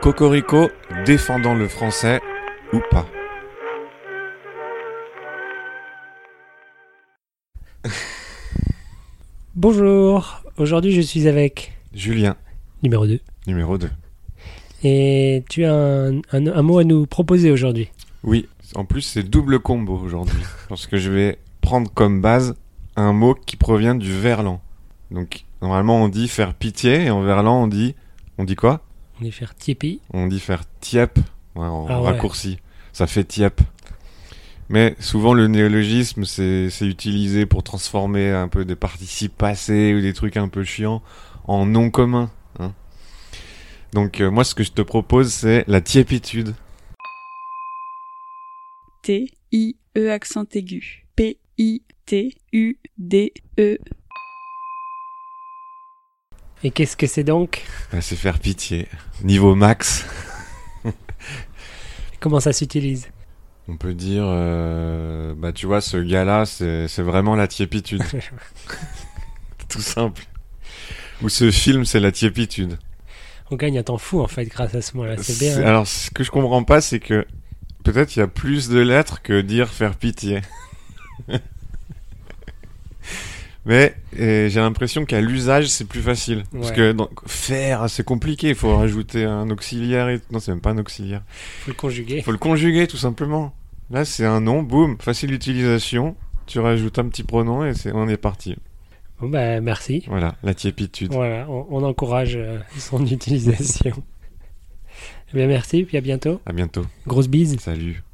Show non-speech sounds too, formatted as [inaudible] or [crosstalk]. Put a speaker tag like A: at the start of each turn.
A: Cocorico défendant le français ou pas.
B: Bonjour, aujourd'hui je suis avec
A: Julien,
B: numéro 2.
A: numéro 2.
B: Et tu as un, un- un mot à nous proposer aujourd'hui.
A: Oui, en plus c'est double combo aujourd'hui. [laughs] parce que je vais prendre comme base un mot qui provient du verlan. Donc normalement on dit faire pitié et en verlan on dit... On dit quoi
B: On est faire Tipeee.
A: On dit faire tiep, ouais, en
B: Ah ouais.
A: raccourci. Ça fait tiep. Mais souvent, le néologisme, c'est c'est utilisé pour transformer un peu des participes passés ou des trucs un peu chiants en nom commun. hein. Donc, euh, moi, ce que je te propose, c'est la tiepitude.
C: T I E accent aigu. P I T U D E.
B: Et qu'est-ce que c'est donc
A: Ouais, Bah, c'est faire pitié. Niveau max,
B: Comment ça s'utilise [laughs]
A: on peut dire, euh, bah, tu vois, ce gars-là, c'est c'est vraiment la tiepitude. [laughs] Tout simple. Ou ce film, c'est la tiepitude.
B: On gagne un temps fou en fait grâce à ce mot-là, c'est
A: C'est-
B: bien. hein.
A: Alors, ce que je comprends pas, c'est que peut-être il y a plus de lettres que dire faire pitié. [laughs] Mais euh, j'ai l'impression qu'à l'usage, c'est plus facile. Parce
B: Ouais.
A: que dans- faire, ah, c'est compliqué. Il faut rajouter un auxiliaire. Et... Non, c'est même pas un auxiliaire.
B: Faut le conjuguer.
A: Il faut le conjuguer, tout simplement. Là, c'est un nom, boum, facile d'utilisation. Tu rajoutes un petit pronom et c'est on est parti.
B: Bon bah merci.
A: Voilà, la tiepitude.
B: Voilà, on, on encourage euh, [laughs] son utilisation. Eh bien merci, puis à bientôt.
A: À bientôt.
B: Grosse bise.
A: Salut.